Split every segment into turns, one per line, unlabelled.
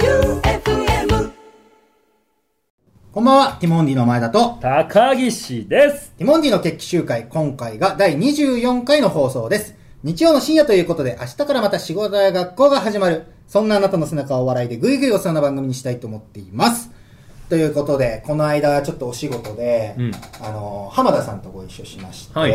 J-O-E-U-F-M
こんばんは、ティモンディの前田と、
高岸です。
ティモンディの決起集会、今回が第24回の放送です。日曜の深夜ということで、明日からまた仕事や学校が始まる。そんなあなたの背中を笑いでぐいぐいお世話な番組にしたいと思っています。ということで、この間ちょっとお仕事で、
うん
あの、浜田さんとご一緒しまして、
はい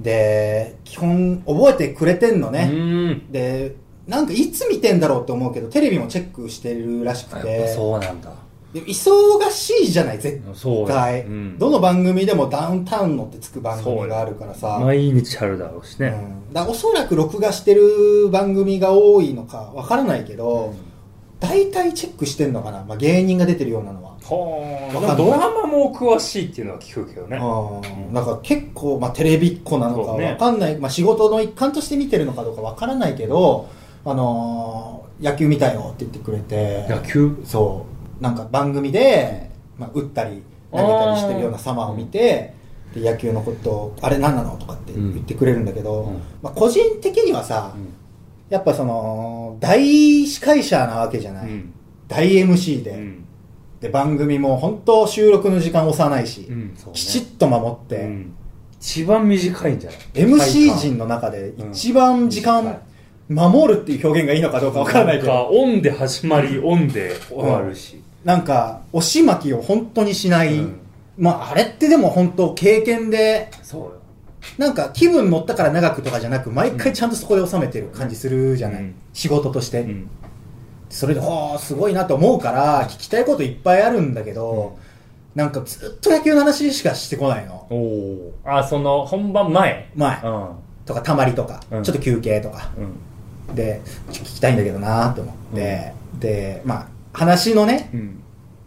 で、基本覚えてくれてんの
う
ね。
ーん。
で、なんかいつ見てんだろうって思うけど、テレビもチェックしてるらしく
やっぱ
て、
そうなんだ。
でも忙しいじゃない、絶対。
そうだ
はい
うん
どの番組でもダウンタウンのってつく番組があるからさ、うん
毎日あるだろうしね。
だおそらく録画してる番組が多いのかわからないけど、大体チェックしてんのかな、まあ、芸人が出てるようなのは。
は
わ
あ。
かん
で
ない
もドラマも詳しいっていうのは聞くけどね。
うんなんか結構、まあ、テレビっ子なのか
そうね
わかんない、まあ、仕事の一環として見てるのかどうかわからないけど、あのー野球見たよって言ってくれて
野球
そうなんか番組で、まあ、打ったり投げたりしてるような様を見てで野球のことをあれ何なのとかって
うん
言ってくれるんだけど、
うん
まあ、個人的にはさ、
うん
やっぱその大司会者なわけじゃない、
うん
大 MC で,、
うん。
で番組も本当収録の時間押さないし、
うんそうね
きちっと守って、
うん一番短いんじゃない
MC 陣の中で一番時間守るっていう表現がいいのかどうかわからないけ
な
ど
んか、オンで始まり、オンで終わるし。
なんか押し巻きを本当にしない、
うん
まああれってでも本当経験で
そうよ。
なんか気分乗ったから長くとかじゃなく毎回ちゃんとそこで収めてる感じするじゃない、
うん
仕事として、
うん。
それでおーすごいなと思うから聞きたいこといっぱいあるんだけど、なんかずっと野球の話しかしてこないの
おお。あ、その、本番前。
前
うん。
とかたまりとか、
うん
ちょっと休憩とか
うん。
で聞きたいんだけどなーって思って、でまあ話のね、
うん。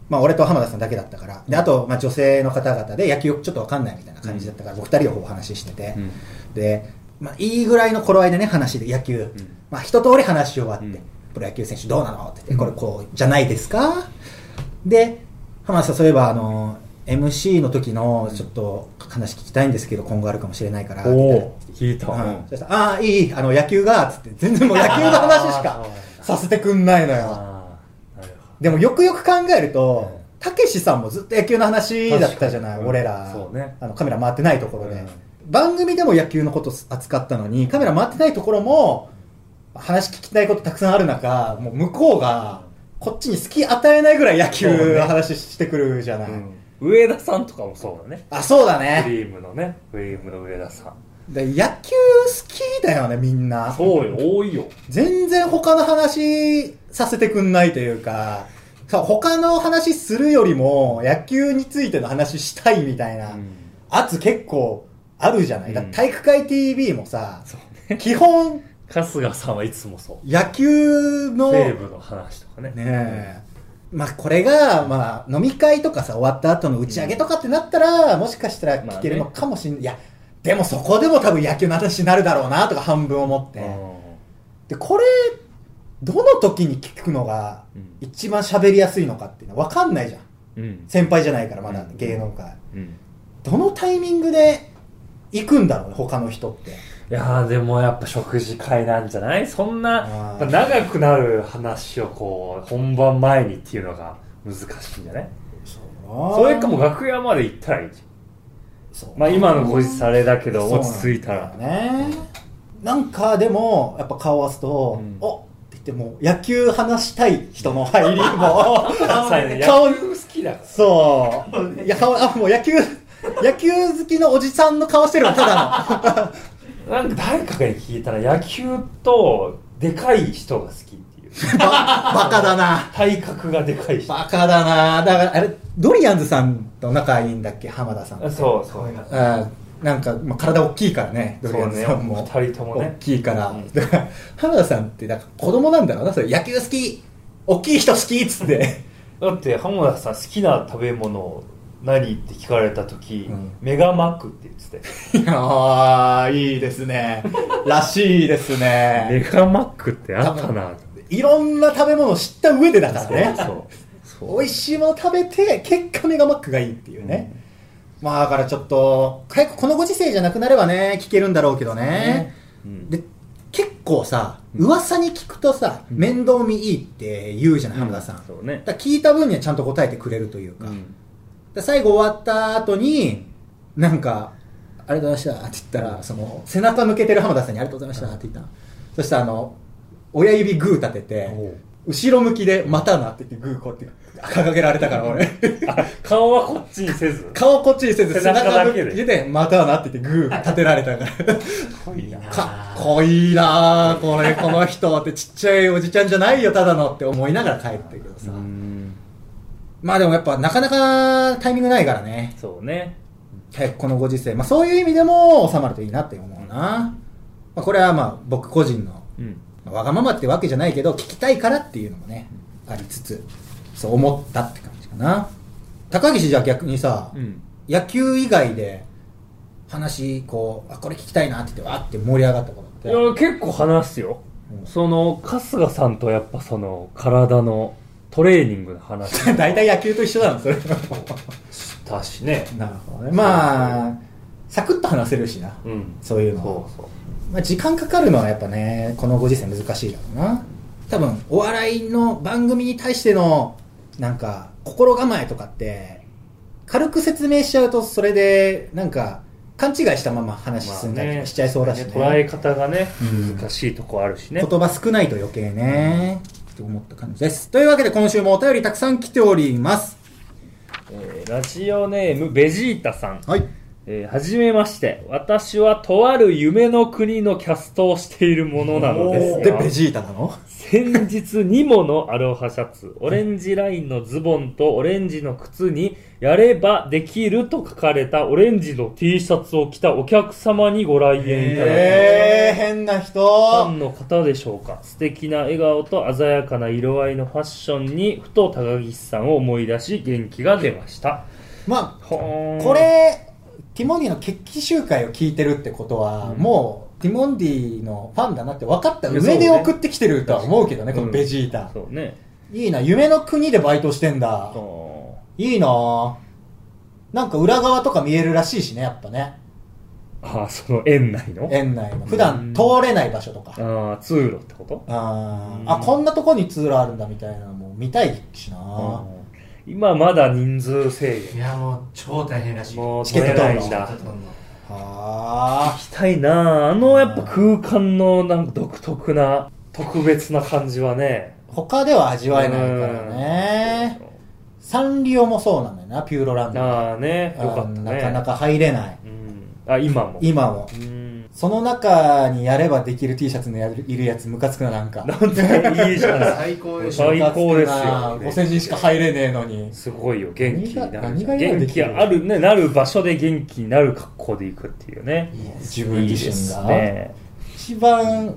まあ、俺と浜田さんだけだったからであと、まあ、女性の方々で野球ちょっと分かんないみたいな感じだったから、僕2人をお話ししてて、
うん
で、まあ、いいぐらいの頃合いでね話で野球、まあ、一通り話し終わって、
うん
プロ野球選手どうなのって言ってこれこうじゃないですかで浜田さんそういえばあの MC の時のちょっと話聞きたいんですけど今後あるかもしれないから
おお。聞いた。
うんそしたらああ、いい、あの、野球が、つって、全然もう野球の話しか
あーそうなんだ
させてくんないのよ。
ああ。なるほど。
でも、よくよく考える
う
と
ん、
たけしさんもずっと野球の話だったじゃない、
確かに
俺ら。
そうね
あの、カメラ回ってないところで。
うん
番組でも野球のこと扱ったのに、カメラ回ってないところも、話聞きたいことたくさんある中、もう向こうが、こっちに隙与えないぐらい野球
そうね
の話してくるじゃない。
上田さんとかもそうだね。
あ、そうだ
ク
ね。
リームのね、クリームの上田さん。
で野球好きだよね、みんな。
そうよ、多いよ。
全然他の話させてくんないというか、さ他の話するよりも野球についての話したいみたいな圧結構あるじゃない、
うん
だって体育会 TV も さ、
そうね。
基本
春日さんはいつもそう。
野球の、
西
ね
部の話とかね。
え、まあこれが、まあ飲み会とかさ終わった後の打ち上げとかってなったら、もしかしたら聞けるのかもしんない。いや、でもそこでも多分野球の話になるだろうなとか半分思って。でこれどの時に聞くのが
うん
一番喋りやすいのかっていうのは分かんないじゃん
うん。
先輩じゃないからまだ
うん
芸能界
うん。
どのタイミングで行くんだろうね他の人って
いやーでもやっぱ食事会なんじゃないそん
あ
な、
ー
長くなる話をこう、本番前にっていうのが難しいんじゃないそれかも楽屋まで行ったらいいじ
そう
ゃん。まあ今のご時世あれだけど、
そう
落ち着いたら。
ねなんかでもやっぱ顔合わすと「
うん
おっ!」って言ってもう野球話したい人の入りも
顔
顔
好きだから。
そう。いや、顔あ、もう野球、野球好きのおじさんの顔してるわ、ただ
なんか誰かに聞いたら野球とでかい人が好きっていう
の。バカだな。
体格がでかい 人
バカだな。だから、あれ、ドリアンズさんと仲いいんだっけ、浜田さん。
あそうそう
あなんか、まあ、体大きいからね、ドリアンズさんも。
そうね二人ともね
大きいから。
うん
だから、浜田さんって、なんか子供なんだろうな、それ、野球好き、大きい人好きっつ って。
だって浜田さん好きな食べ物何って聞かれた時、
うん
メガマックって言ってて、
いやー、いいですね。らしいです ね
メガマックってあったな
うんいろんな食べ物を知った上でだからね
そうそう
美味しいもの食べて結果メガマックがいいっていうね、まあだからちょっと早くこのご時世じゃなくなればね聞けるんだろうけどね、
うん
で結構さ、
うん
噂に聞くとさ、
うん
面倒見いいって言うじゃない、
うん
原田さん。だか
そうね
ら聞いた分にはちゃんと答えてくれるというか。
うん
で最後終わった後に、なんか、ありがとうございましたって言ったら、その、背中向けてる浜田さんにありがとうございましたって言ったのそしたら、あの、親指グー立て
お
て
う、
後ろ向きで、またなって言ってグーこうやって掲げられたから、俺。
あ顔はこっちにせ ず
顔こっちにせず、
背
背
中
中
だ
向
けで
けて、またなって言ってグー立てられ たから。
っこいいな
かっこいいなぁ、これ、この人ってちっちゃいおじちゃんじゃないよ、ただのって思いながら帰ってくるさ
う。ん
まあでもやっぱなかなかタイミングないからね。
そうね
早くこのご時世。まあそういう意味でも収まるといいなって思うな。まあこれはまあ僕個人の、
うん
まあわがままってわけじゃないけど、聞きたいからっていうのもね、ありつつ、そう思ったって感じかな。高岸じゃあ逆にさ、
うん
野球以外で話、こう、あ、これ聞きたいなって言って、わーって盛り上がったことって。
いや結構話すよ、
うん
その春日さんとやっぱその体のトレーニングの 話
大体野球と一緒だな それ
したしね
なるほどねまあサクッと話せるしな
うん
そういうの
そうそう
まあ、時間かかるのはやっぱねこのご時世難しいだろうな多分お笑いの番組に対してのなんか心構えとかって軽く説明しちゃうとそれでなんか勘違いしたまま話進んだりとかしちゃいそうだしね,、
捉え方がね
うん
難しいとこあるしね、
言葉少ないと余計ね、と思った感じですというわけで今週もお便りたくさん来ております
えーラジオネームベジータさん
はい
えーはじめまして私はとある夢の国のキャストをしているものなのです
で
が
ベジータなの
先日ニモのアロハシャツオレンジラインのズボンとオレンジの靴に「やればできる」と書かれたオレンジの T シャツを着たお客様にご来園いただきました
えー、変な
ファ
人
ンの方でしょうか素敵な笑顔と鮮やかな色合いのファッションにふと高岸さんを思い出し元気が出ました
まあ
ほーん
これティモンディの決起集会を聞いてるってことは、
うん
もうティモンディのファンだなって分かった
いやそう
上
ね
で送ってきてるとは思うけどねこのベジータ、
そうね
いいな夢の国でバイトしてんだ
そ
いいななんか裏側とか見えるらしいしねやっぱね
うああその園内の
園内の普段通れない場所とか、
ああ通路ってこと
あ
うん
ーあこんなとこに通路あるんだみたいなのも見たいしな、
うん今まだ人数制
い
限
やもう超大変らしい
もう
チケ
取
ッ
れ
ト取る
ない
の
んだ行
はあ
きたいなああのやっぱ空間のなんか独特な特別な感じはね
他では味わえないからねサンリオもそうなんだよなピューロランド
ああねよかったね
なかなか入れない
うんあ今も
今も
うん
その中にやればできる T シャツのやるいるやつムカつくななんか
なんでいい じゃない
最高でしょ
最高ですよ
5センチしか入れねえのに
すごいよ元気になる
何
じ
が
ゃ
何
ん
が今
元
で
気
きる
あるねなる場所で元気になる格好で行くっていうね
いいです
自分
いい
自
で
身
す
が、
ね
一番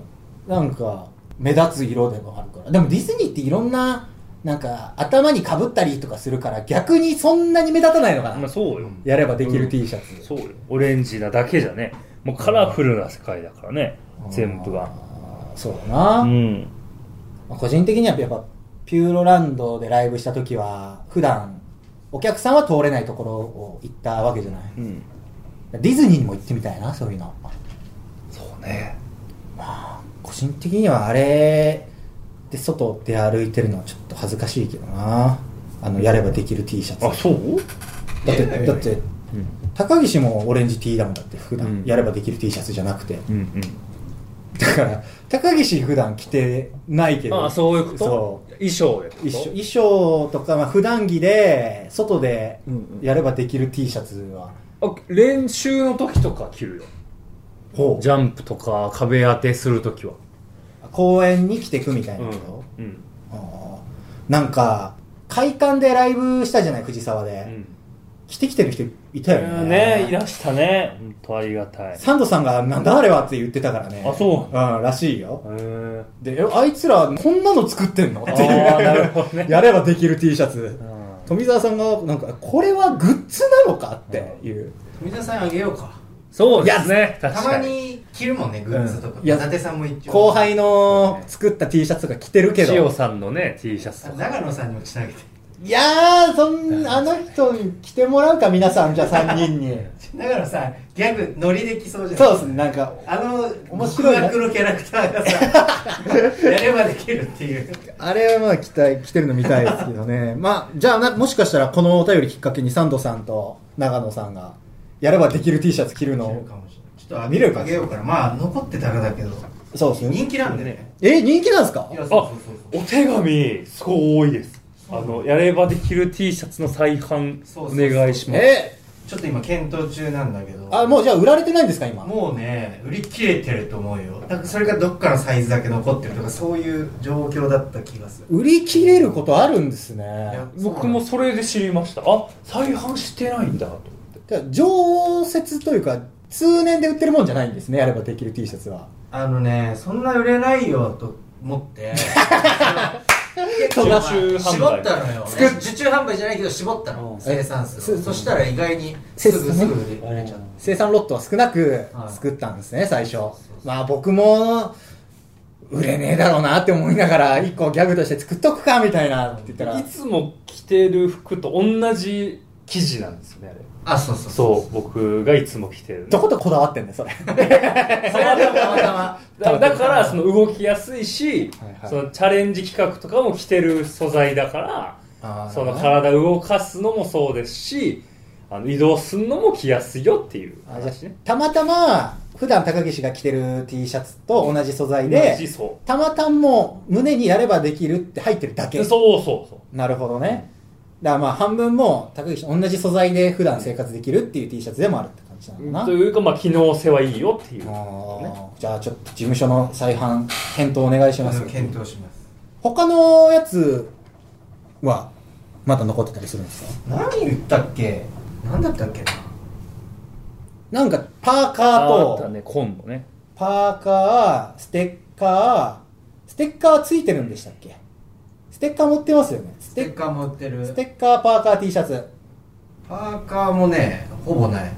なんか目立つ色でもあるからでもディズニーっていろんななんか頭にかぶったりとかするから逆にそんなに目立たないのかな、
まあそうよ
やればできる T シャツ、
そうよオレンジなだけじゃねもうカラフルな世界だからね全部が
あーそうだな、
うん
まあ個人的にはやっぱピューロランドでライブした時は普段お客さんは通れないところを行ったわけじゃない、
うん
ディズニーにも行ってみたいなそういうの
そうね
個人的にはあれで外で歩いてるのはちょっと恥ずかしいけどなあのやればできる T シャツ
あそう
だってだって
うん
高岸もオレンジ T だもんだって普
うん
段やればできる T シャツじゃなくて
うん
だから高岸普段着てないけ
うん
ど
あそういうこと
そう
衣装でってこと
衣装衣装とか、まあ、普段着で外で
うんうん
やればできる T シャツは、
あ練習の時とか着るよ
ほ
ジャンプとか壁当てする時は
う公園に着てくみたいなこと、
うん
あーなんか会館でライブしたじゃない藤沢で、
うん
着てきてる人いたよ
うん
ね
ねいらしたね本当ありがたい
サンドさんが「なんだあれは」って言ってたからね
あそう
うんらしいよ
へー
でえあいつらこんなの作ってんのっていう
あーなるほど ね
やればできる T シャツ
うん
富澤さんがなんかこれはグッズなのかっていう
富田さんあげようか
そうですね
た
確
ま
かに
に着るもんねグッズとか、
うんいや
伊達さんも一応
後輩の作った T シャツが着てるけ
千代
ど
さんのね T シャツとか
長野さんにも着てあげて
いやー、そん、あの人に来てもらうか、皆さん、じゃあ3人 に。
だからさギャグノリできそうじゃない
そうですね、なんか、
あの
面
面
白
白
い
い
な
のキャラクターがさやればできるっていう
あれはまあ、来たい、来てるの見たいですけどね。 まあ、じゃあな、もしかしたらこのお便りきっかけに、サンドさんと長野さんが、やればできる T シャツ着る
見れ
の
る。かもしれないちょっと
見れるか
あげようからまあ残ってたらだけど
そうですね。
人気なんでね
え、人気なんですか
いやそう
あ
そうそうそ
お
う
手紙すごい多いですあのやればできる T シャツの再販
そう
お
そうそう
願いします
え
ちょっと今検討中なんだけど
あ、もうじゃあ売られてないんですか、今。
もうね売り切れてると思うよだからそれがどっかのサイズだけ残ってるとかそういう状況だった気がする
売り切れることあるんですね
や。
僕もそれで知りましたあ再販してないんだと思って
だから常設というか、通年で売ってるもんじゃないんですね、やればできる T シャツは。
あのねそんな売れないよと思って
そん
な
絞ったのよ
作っ
受注販売じゃないけど絞ったの
うん
生産数
え
をそしたら意外に
せ
す
っ
ぐ
せ
す
っ
ぐ売れちゃっ
生産ロットは少なく
はい
作ったんですね、最初
そうそう
まあ僕も売れねえだろうなって思いながら一個ギャグとして作っとくかみたいなって言ったら
いつも着てる服と同じ生地なんですよねあれ
たあそうそう
そう僕がいつも着てる
どことこだわってんねそれ
う それはたまたま
だだからその動きやすいし、
はいはい
そのチャレンジ企画とかも着てる素材だから
あー
その体動かすのもそうですしあの移動するのも着やすいよっていう
あじゃ
話ね
あたまたま普段高岸が着てる T シャツと同じ素材
同
で
じそ
たまたまもう胸にやればできるって入ってるだ
うそ
け
うそうそ
なるほどねだからまあ半分も高岸と同じ素材で普段生活できるっていう T シャツでもあるって感じなの
う
かな
というかまあ機能性はいいよっていう
あーじゃあちょっと事務所の再販検討お願いします
検討します
他のやつはまだ残ってたりするんですか
何言ったっけ何だったっけな
なんかパーカー
あった
と
ね今度ね
パーカーステッカーステッカーついてるんでしたっけステッカー持ってますよねス
ス
テ
テ
ッ
ッカーも売ってる
ステッカーパーカー T シャツ
パーカーもねほぼない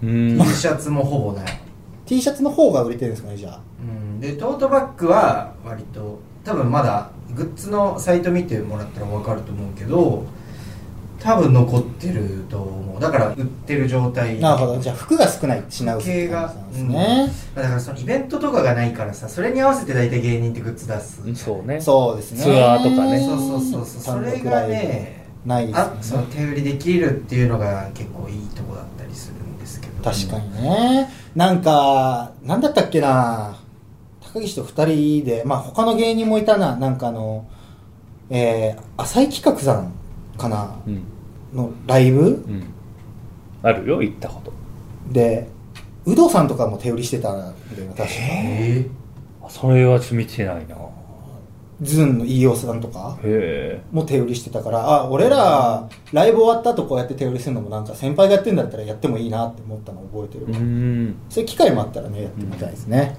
T シャツもほぼない
T シャツの方が売れてるんですかねじゃあ
うんでトートバッグは割と多分まだグッズのサイト見てもらったら分かると思うけど多分残ってると思うだから売ってる状態
なるほどじゃあ服が少ない品薄って
系
感
が
じなんですね、
うん、だからそのイベントとかがないからさそれに合わせて大体芸人ってグッズ出す、
そうね
そうですね
ツアーとかね
そうそうそうそうそれ
単独ラ
が
イブ
ね
ないですよね
あその手売りできるっていうのが結構いいとこだったりするんですけど
確かにねなんかなんだったっけな高岸と2人でまあ他の芸人もいたななんかあのえー、浅井企画さんかな
うん
のライブ
うんあるよ行ったこと
で有働さんとかも手売りしてたんだよな確か、
え
あそれはちょっと見てないなへ
ズンの飯尾さんとか
え
も手売りしてたからあ俺らライブ終わった後こうやって手売りするのもなんか先輩がやってんだったらやってもいいなって思ったの覚えてる、
うん
そういう機会もあったらねやってみたいですね、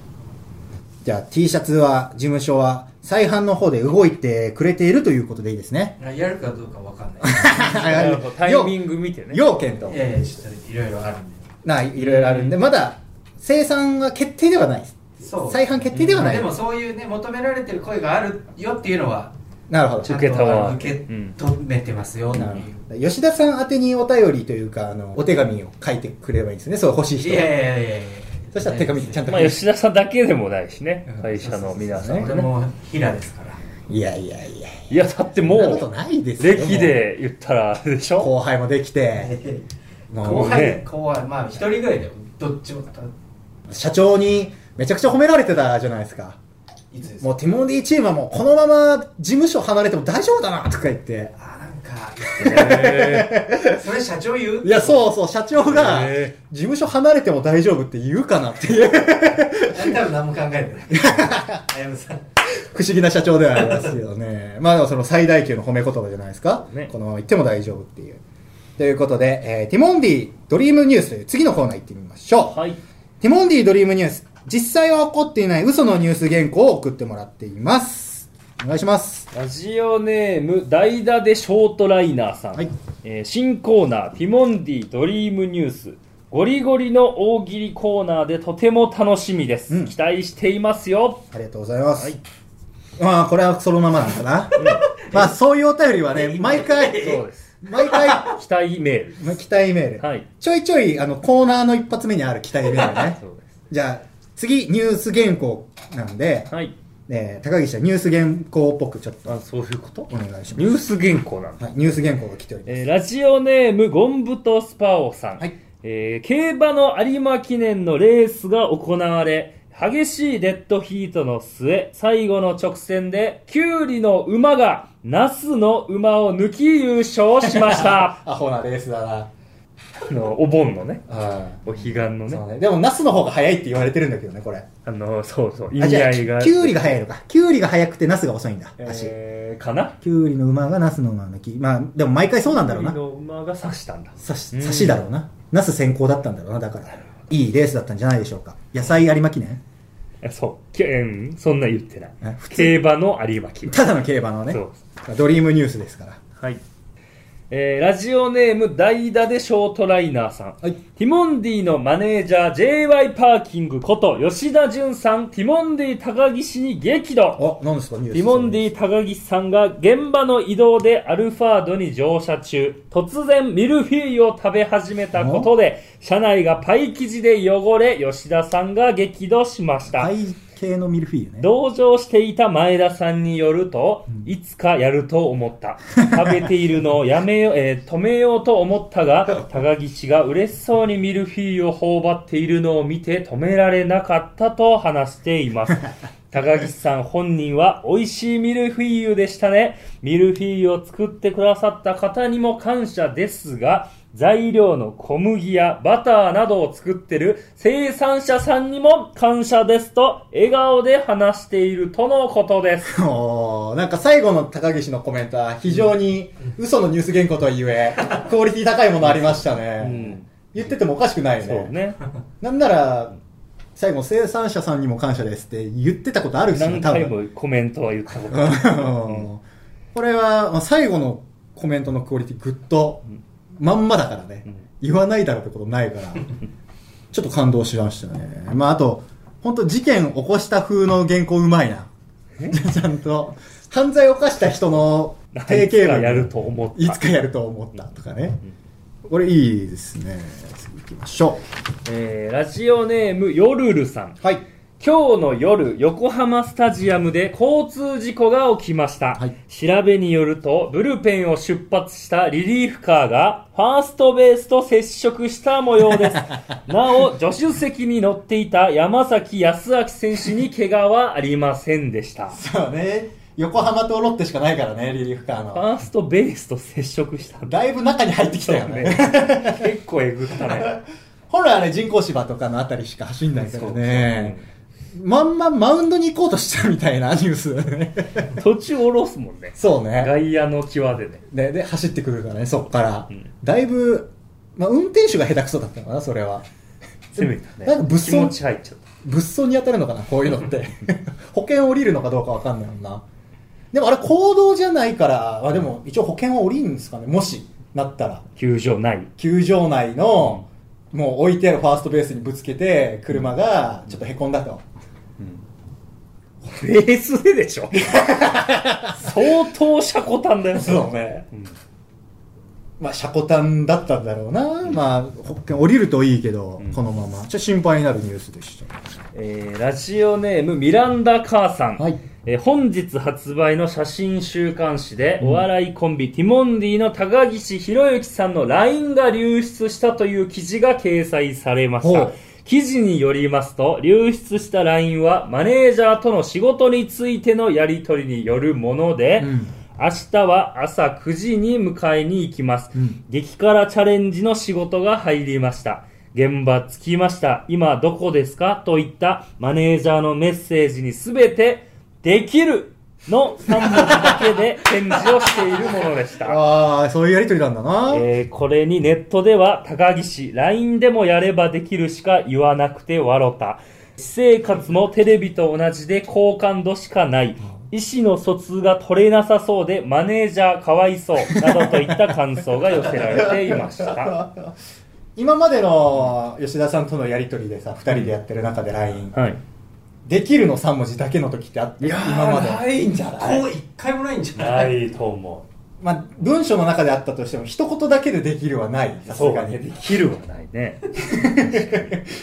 じゃあ T シャツは事務所は再販の方で動いてくれているということでいいですね
ー、やるかどうか分かんない
なるほど タイミング見てね
要件と
いやいやちょっといろいろあるんで
ないいろいろあるんでまだ生産は決定ではないです
そう
再販決定ではない
でもそういうね求められてる声があるよっていうのは
なるほど
ちゃんと
受けたわ
受け止めてますよってい
なるほ
う
ど吉田さん宛てにお便りというかあのお手紙を書いてくれればいいんですねそう欲しい人
い
は
やいやいやいや
そしたら手紙ちゃんと
まあ吉田さんだけでもないしね
うん
会社の皆さ
そ
ん
うそ
ね
うそう俺も平で すから
いやいやいや
いやだっても
そんなこと
う
ないですよ
歴で言ったらあれでしょ
後輩もできても
後
う
輩後輩まあ一人ぐらいだよどっちも
社長にめちゃくちゃ褒められてたじゃないですか
いつですか
もうティモンディチームはもうこのまま事務所離れても大丈夫だなとか言って。
あーなんか
へ
それ社長言う
いや、そうそう、社長が
へ、
事務所離れても大丈夫って言うかなっていう、
多分何も考え てないあやむさん
不思議な社長ではありますけどね。まあでもその最大級の褒め言葉じゃないですか。
ね
このまま言っても大丈夫っていう。ということで、えーティモンディドリームニュースという次のコーナー行ってみましょう。
ーはい
ティモンディドリームニュース。実際は起こっていない嘘のニュース原稿を送ってもらっています。お願いします。
ラジオネーム代打でショートライナーさん、
はい
えー新コーナー「ティモンディドリームニュース」ゴリゴリの大喜利コーナーでとても楽しみです、
うん
期待していますよ
ありがとうございます。
はい
まあ、これはそのままなんだな。まあそういうお便りはね、毎回、
そうです。
毎回、
期待メー
まあ期待メール。
ル。はい。
ちょいちょい、あの、コーナーの一発目にある期待メールね。
そうです。
じゃあ、次、ニュース原稿なんで、
はい。
えー高岸はニュース原稿っぽくちょっと
あ、そういうこと
お願いし
ニ
ま
ュース原稿なん
す。
だ。
はい、ニュース原稿が来ております。
えーラジオネーム、ゴンブトスパオさん。
はい
えー競馬の有馬記念のレースが行われ、激しいデッドヒートの末、最後の直線で、キュウリの馬が、ナスの馬を抜き優勝しました。
アホなレースだな。
あの、お盆のね、
あ
お彼岸の
あ、
ね
そ、うね。でも、ナスの方が早いって言われてるんだけどね、これ。
あの、そうそう、意
あ
味
じゃ
合
あ
いが。
キュウリが早いのか。キュウリが早くてナスが遅いんだ、足。
えー、かな
キュウリの馬がナスの馬抜き。まあ、でも毎回そうなんだろうな
キュ。ウリの馬が刺したんだ。
差し
うん
差しだろうな。ナス先行だったんだろうな、だから。いいレースだったんじゃないでしょうか。野菜有馬記念
えそう、けうん、そんな言ってない
え。普通
競馬の有馬記念。
ただの競馬のね
そ、う。
ドリームニュースですから。
はい。えーラジオネーム代打でショートライナーさん、
はい
ティモンディのマネージャー J.Y. パーキングこと吉田純さんティモンディ高岸に激怒
あ、何ですか、ニュース。
ティモンディ高岸さんが現場の移動でアルファードに乗車中突然ミルフィーユを食べ始めたことで車内がパイ生地で汚れ吉田さんが激怒しました、
パイ系のミルフィーユね。
同乗していた前田さんによると、いつかやると思った。食べているのをやめよう、えー止めようと思ったが、高岸が嬉しそうにミルフィーユを頬張っているのを見て止められなかったと話しています。高岸さん本人は美味しいミルフィーユでしたね。ミルフィーユを作ってくださった方にも感謝ですが、材料の小麦やバターなどを作ってる生産者さんにも感謝ですと笑顔で話しているとのことです。
おーなんか最後の高岸のコメントは非常に嘘のニュース原稿とはい え、クオリティ高いものありましたね。
うん
言っててもおかしくないよね。
そうね。
なんなら、最後生産者さんにも感謝ですって言ってたことあるしね、
何
多
回
分。
もコメントは 言ったことある
うんこれは、まあ最後のコメントのクオリティぐっと、まんまだからね、
ん
言わないだろうってことないから、ちょっと感動しましたね。まあ、あと、本当事件起こした風の原稿うまいな。ちゃんと、犯罪を犯した人の定
いつ
型
か
文。
やると思った
いつかやると思ったとかね。これいいですね。次行きましょ
えーラジオネームヨルルさん。
う。はい。
今日の夜、横浜スタジアムで交通事故が起きました。
はい
調べによると、ブルペンを出発したリリーフカーが、ファーストベースと接触した模様 です。なお、助手席に乗っていた山崎康明選手に怪我はありませんでした。フ
そうね。横浜とロッテしかないからね、リリーフカーの。
ァーストベースと接触したんだ。
だいぶ中に入ってきたよね。
結構えぐったね。
本来あれ人工芝とかのあたりしか走んないからね
そう。
まんまマウンドに行こうとしたみたいなニュースだね。
途中下ろすもんね。
そうね。
外野の際でね。
で、で、走ってくるからね、そっから。
ん
だいぶ、まあ、運転手が下手くそだったのかな、それは。
攻めたね。
なんか物
気
騒
持ち入っちゃった。
物騒に当たるのかな、こういうのって。保険降りるのかどうかわかんないもんな。でもあれ行動じゃないから、まあでも一応保険は降りるんですかね、もし、なったら。
球場ない。
球場内の、もう置いてあるファーストベースにぶつけて、車がちょっと凹んだと。
ベースででしょ相当シャコタンだよ
そうね
ん
まあ、シャコタンだったんだろうな。まあ、保険降りるといいけど、
うん
このまま。ちょっと心配になるニュースでした。
えーラジオネームミランダ母さん、
はい
えー本日発売の写真週刊誌で、お笑いコンビティモンディの高岸宏之さんの LINE が流出したという記事が掲載されまし
ほ
た
う
記事によりますと流出した LINE はマネージャーとの仕事についてのやり取りによるもので、
うん
明日は朝9時に迎えに行きます、
うん
激辛チャレンジの仕事が入りました現場着きました今どこですかといったマネージャーのメッセージにすべて「できる」の3文字だけで返事をしているものでした
ああ、そういうやりとりなんだな。
えーこれにネットでは高岸 LINE でもやればできるしか言わなくて笑った私生活もテレビと同じで好感度しかない意思の疎通が取れなさそうでマネージャーかわいそうなどといった感想が寄せられていました
今までの吉田さんとのやりとりでさ、二人でやってる中で LINE、
はい
できるの3文字だけの時ってあって、
いやー
今まで。
ないんじゃない
こ
一回もないんじゃ
な
ない
いと思
まあ、文章の中であったとしても、一言だけでできるはない。
う。
さす
そう
が
か
に。
ね、できるはないね。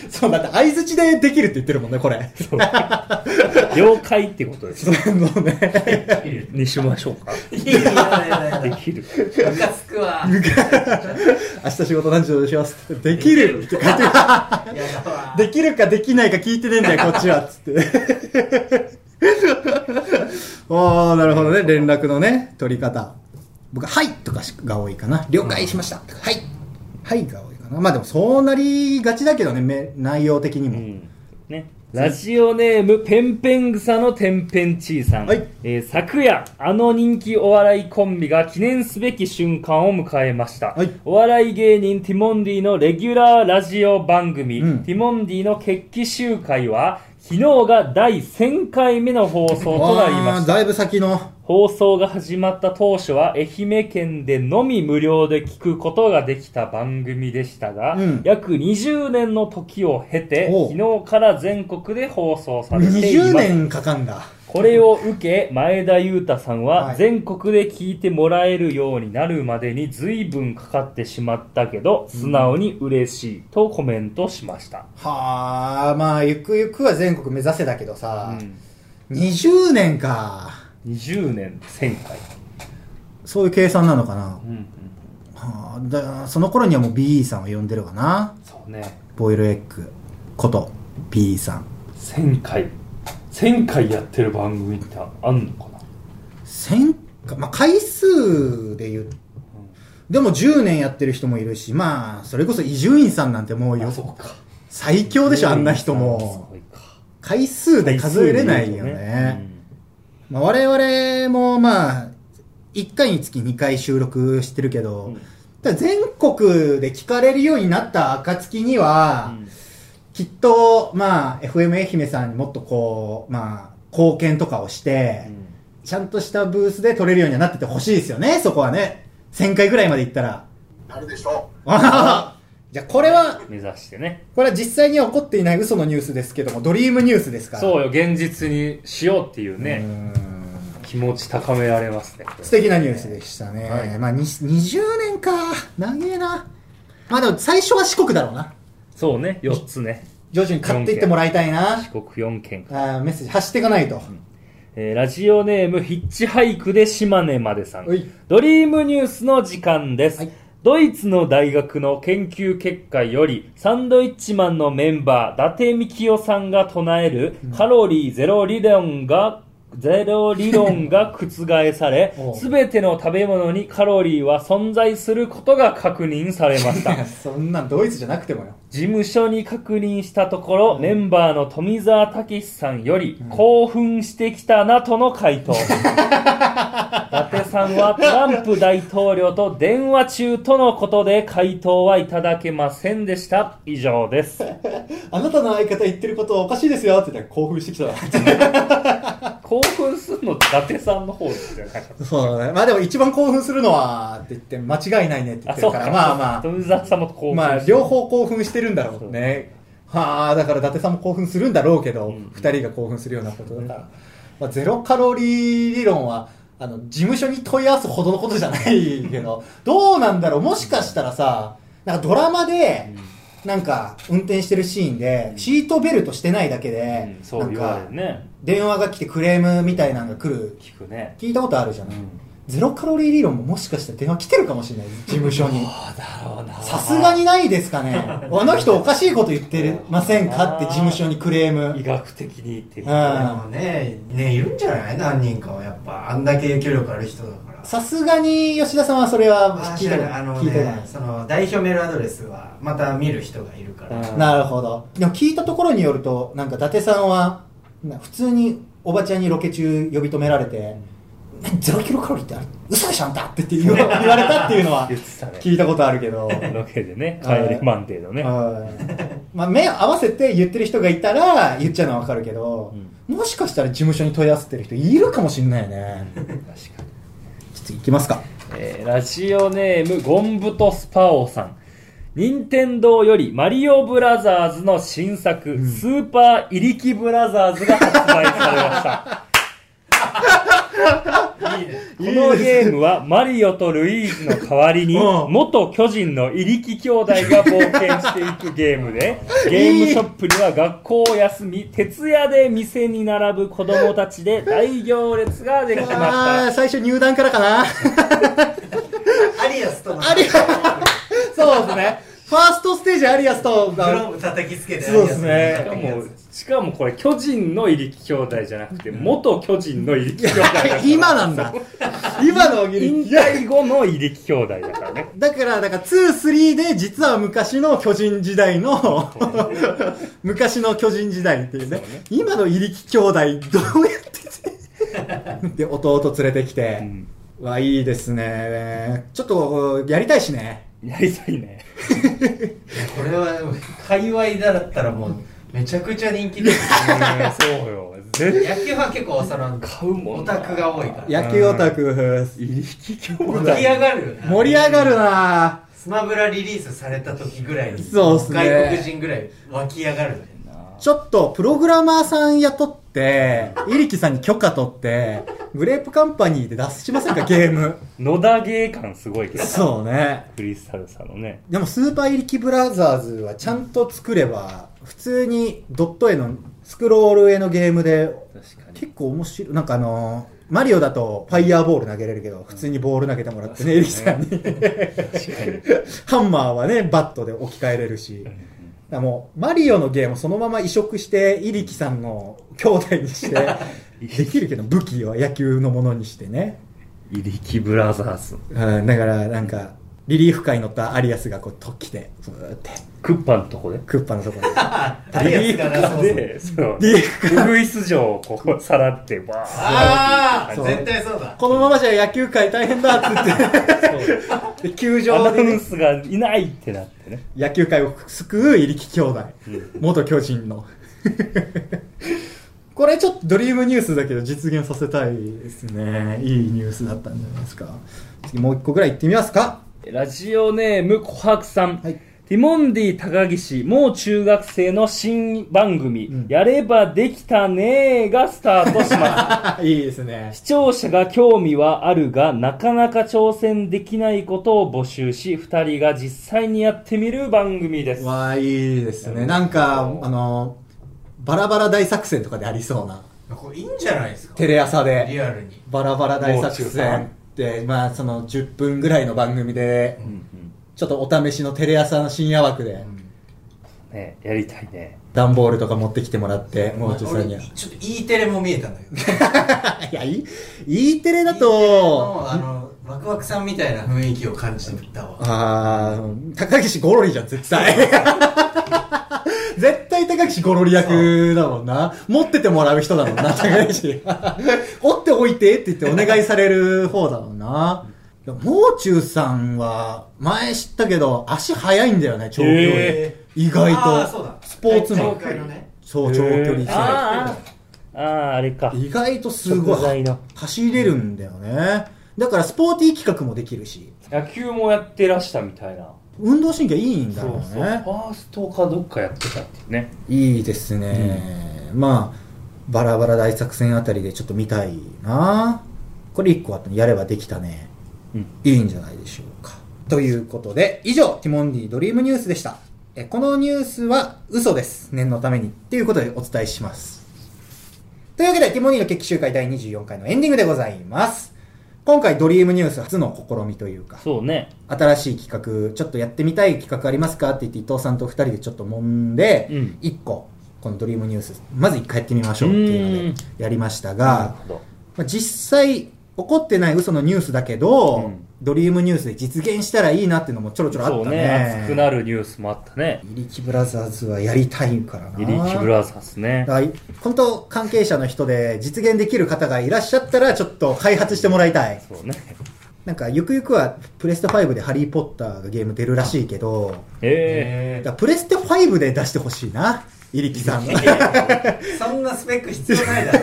そう、だって相づちでできるって言ってるもんね、これ。
そう 了解ってことです。
そうね。
にしましょうか。
いやいやいやい
で
や
きる。
ムカつくわ
明日仕事何時までしますって。できるって書いてる。
やだわ
できるかできないか聞いてねえんだよ、こっ ちは。つって。おー、なるほどね。連絡のね、取り方。僕、はいとかが多いかな。了解しました。はい。はいが多いかな。まあでも、そうなりがちだけどね、め内容的に
う
も。
んね、ラジオネームペンペン草のてんぺんちーさん、
はい
えー昨夜あの人気お笑いコンビが記念すべき瞬間を迎えました、
はい
お笑い芸人ティモンディのレギュラーラジオ番組、
うん
ティモンディの決起集会は昨日が第1000回目の放送となりま
あ
し
ー
た
だいぶ先の。
放送が始まった当初は愛媛県でのみ無料で聞くことができた番組でしたが、
うん
約20年の時を経て
おう
昨日から全国で放送されています
20年かかんだ。
これを受け前田裕太さん
は
はい全国で聞いてもらえるようになるまでに随分かかってしまったけど素直に嬉しいとコメントしました、
はあ、まあ、ゆくゆくは全国目指せだけど
う
さ、
ん
20年か。
20年1000回、
そういう計算なのかな
う。んうん、
はあ、だその頃にはもう BE さんを呼んでるわな。
そうね
ボイルエッグこと、BE さん。
1000回1000回やってる番組ってあんのかな
千か、まあ、回数で言う。でも10年やってる人もいるし、まあ、それこそ伊集院さんなんてもうよ、
うか
最強でしょ、あんな人も。回数で数えれないよね。まあ、我々もまあ、1回につき2回収録してるけど、
うん
ただ全国で聞かれるようになった暁には、
うん
きっと、まあ、FM 愛媛さんにもっとこう、まあ、貢献とかをして、ちゃんとしたブースで撮れるようにはなっててほしいですよね、そこはね。1000回ぐらいまで行ったら。
なるでしょ
あははじゃあこれは、
目指してね
これは実際には起こっていない嘘のニュースですけども、ドリームニュースですから。
そううよ現実にしようっていう
ー
ね
ん
気持ち高められますね
素敵なニュースでしたね。
はい
まあ、に20年か。長えな。まあでも最初は四国だろうな。
そうね4つね
徐々に買っていってもらいたいな。
四国4県か、
あーメッセージ発していかないと。
えーラジオネームヒッチハイクで島根までさん
うい
ドリームニュースの時間です、
はい
ドイツの大学の研究結果よりサンドイッチマンのメンバー伊達みきおさんが唱えるカロリーゼロ理論がゼロ理論が覆され
おう
全ての食べ物にカロリーは存在することが確認されました
そんなんドイツじゃなくてもよ。
事務所に確認したところ、メンバーの富澤たけしさんより、興奮してきたなとの回 答。伊達さんはトランプ大統領と電話中とのことで回答はいただけませんでした。以上です。
あなたの相方言ってることおかしいですよって言ったら興奮してきたな。
興奮するのって伊達さんの方ですよね。
そうだね。まあでも一番興奮するのはって言って間違いないねって言ってるから、まあまあ、
富澤さんも興奮
まあ
してる
両。方興奮してるんだろうね。はあ、だから伊達さんも興奮するんだろうけど、二、人が興奮するようなことだから。まあゼロカロリー理論は、あの、事務所に問い合わすほどのことじゃないけど、どうなんだろうもしかしたらさ、なんかドラマで、なんか運転してるシーンで、シートベルトしてないだけ
う
で
ん、そ
な
うん言われ
か
る、ね。
電話が来てクレームみたいなのが来る
聞くね。
聞いたことあるじゃない、
うん
ゼロカロリー理論ももしかして電話来てるかもしれない事務所に
だろうな
さすがにないですかねあの人おかしいこと言ってませんかって事務所にクレー
医
ム
学的にっていうこと
うん
ね
でもねねいるんじゃない何人かはやっぱあんだけ影響力ある人だから
さすがに吉田さんはそれは
あ
聞いてない
あの
聞いてな
ね
い
その代表メールアドレスはまた見る人がいるから、
うん
なるほどでも聞いたところによるとなんか伊達さんはな普通におばちゃんにロケ中呼び止められて「何ゼロキロカロリーってあれ嘘でしょあんた!」って言わ言われたっていうのは
言ってたね
聞いたことあるけど
ロケでね、
はい
帰りマンデーのね。
はいまあ、目を合わせて言ってる人がいたら言っちゃうのはわかるけど、もしかしたら事務所に問い合わせてる人いるかもしんないよね
確かに。
ちょっと行きますか
えーラジオネームゴンブトスパオさん任天堂よりマリオブラザーズの新作、スーパーイリキブラザーズが発売 されました。このゲームはマリオとルイージの代わりに、
うん
元巨人のイリキ兄弟が冒険していくゲー ムで、ゲームショップには学校を休み、徹夜で店に並ぶ子供たちで大行列ができました
あ。ー最初入団からかな
アリアスとの
アリアそうですねファーストステージアリアスと
グローブ叩きつけて
そうです
し
ね
かも、しかもこれ、巨人の入力兄弟じゃなくて、元巨人の入力兄弟 だから。
今なんだ今のおぎ
引
り
退後の入力兄弟だからね。
だからだから23で実は昔の巨人時代 の昔の巨人時代っていうね今の入力兄弟どうやって てで弟連れてきて、わいいですねちょっとやりたいしね
やりたいね。
これは界隈だったらもうめちゃくちゃ人気です
そうよ。絶対
野球は結構その
買うも
オ
ん
タ
な。
クが多いから
野球オタク
入力兄弟。
盛り上がるよな
盛り上がるな
スマブラリリースされた時ぐらいに
そうっすね
外国人ぐらい湧き上がるね
ちょっとプログラマーさん雇ってイリキさんに許可取ってグレープカンパニーで出しませんかゲー ム
野田芸感すごいけど。
そうね
クリスタルさんのね。
でもスーパーイリキブラザーズはちゃんと作れば普通にドット絵のスクロール絵のゲームで
確か
結構面白いなんかあのーマリオだとファイヤーボール投げれるけど普通にボール投げてもらってね、エリキさんに ハンマーはねバットで置き換えれるし、だからもうマリオのゲームをそのまま移植してイリキさんの兄弟に してできるけど武器は野球のものにしてね
に。入力ブラザーズ。
うんだからなんかリリーフ会に乗ったアリアスがこう突起でブーって
クッパのとこで。
クッパのところで
アリアスがなそうそう
で、その、ウ
リリーフ
グイス城をこう、さらって、バー
ああ
そう
絶対そうだ
このままじゃ野球界大変だっつってで球
アナ
場
ウ
でね
ンスがいないってなってね。
野球界を救う入力兄弟、元巨人のこれちょっとドリームニュースだけど実現させたいですねいいニュースだったんじゃないですか次もう一個ぐらい行ってみますか
ラジオネーム琥珀さん、
はい
ティモンディ高岸もう中学生の新番組「
うん
やればできたねー」がスタートしま
あいいですね
す 視聴者が興味はあるがなかなか挑戦できないことを募集し2人が実際にやってみる番組です
わあいいですねなんかあのバラバラ大作戦とかでありそうな
これいいんじゃないですか
テレ朝で
リアルに
バラバラ大作戦って、まあ、その10分ぐらいの番組で、ちょっとお試しのテレ朝の深夜枠で、
ね、やりたいね
段ボールとか持ってきてもらって、もう中さ
俺
ん には。
ちょっと E テレも見えたんだけど
いや、いい E テレだ
E テレ
と、
のあのワクワクさんみたいな雰囲気を感じてたわ
あー、高岸ゴロリじゃん、絶 対。絶対高岸ゴロリ役だもんな。持っててもらう人だもんな、高岸。折っておいてって言ってお願いされる方だもんな。でももう中さんは、前知ったけど、足速いんだよね、長距離。
へ
意外
あーそうだ
と。スポーツマ
大
ン。
会のね
そう、長距離
へー
走
あーあーあーあれか
意外とすご
食材
い
の
走れるんだよね。だからスポーティー企画もできるし、
野球もやってらしたみたいな
運動神経いいんだ
そ
ろう
う
ね。
そうファーストかどっかやってたっていうね
いいですね、まあバラバラ大作戦あたりでちょっと見たいなこれ1個あったのやればできたね、
うん
いいんじゃないでしょうかということで以上ティモンディドリームニュースでしたえこのニュースは嘘です念のためにっていうことでお伝えしますというわけでティモンディの決起集会第24回のエンディングでございます今回ドリームニュース初の試みというか
そうね
新しい企画、ちょっとやってみたい企画ありますかって言って伊藤さんと二人でちょっと揉んで、
うん
一個、このドリームニュース、まず一回やってみましょうっていう
う
の
ん
でやりました
なる
が、
ほど
まあ、実際起こってない嘘のニュースだけど、
うん
ドリームニュースで実現したらいいなっていうのもちょろちょろあ
そ
っ
う
た
ね
ね。
熱くなるニュースもあったね
イリキブラザーズはやりたいからな。
イリーキブラザーズね。
はい。本当関係者の人で実現できる方がいらっしゃったら、ちょっと開発してもらいたい。
そうね。
なんか、ゆくゆくは、プレステ5でハリーポッターがゲーム出るらしいけど、
え
だ
え
からプレステ5で出してほしいな。イリキさんの。
ー そんなスペック必要ないだろ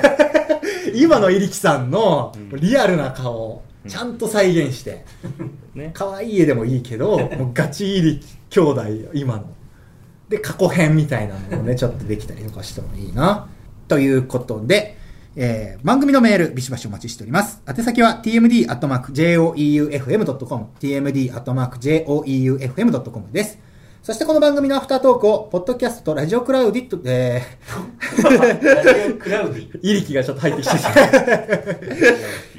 今のイリキさんのリアルな顔。ちゃんと再現して
ね。
可愛い絵でもいいけどもうガチ入り兄弟今ので過去編みたいなの をねちょっとできたりとかしてもいいなということで、えー番組のメールビシバシお待ちしております宛先は tmd.joeufm.com tmd.joeufm.com ですそしてこの番組のアフタートークを、ポッドキャスト、ラジオクラウディット、え
クラウディ
ー、いりきがちょっと入ってきて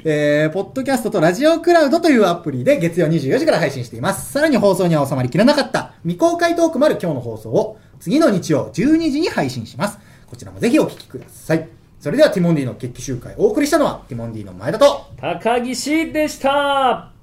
えー、ポッドキャストとラジオクラウドというアプリで月曜24時から配信しています。さらに放送には収まりきらなかった未公開トークもある今日の放送を次の日曜12時に配信します。こちらもぜひお聞きください。それではティモンディの決起集会をお送りしたのはティモンディの前田と
高岸でした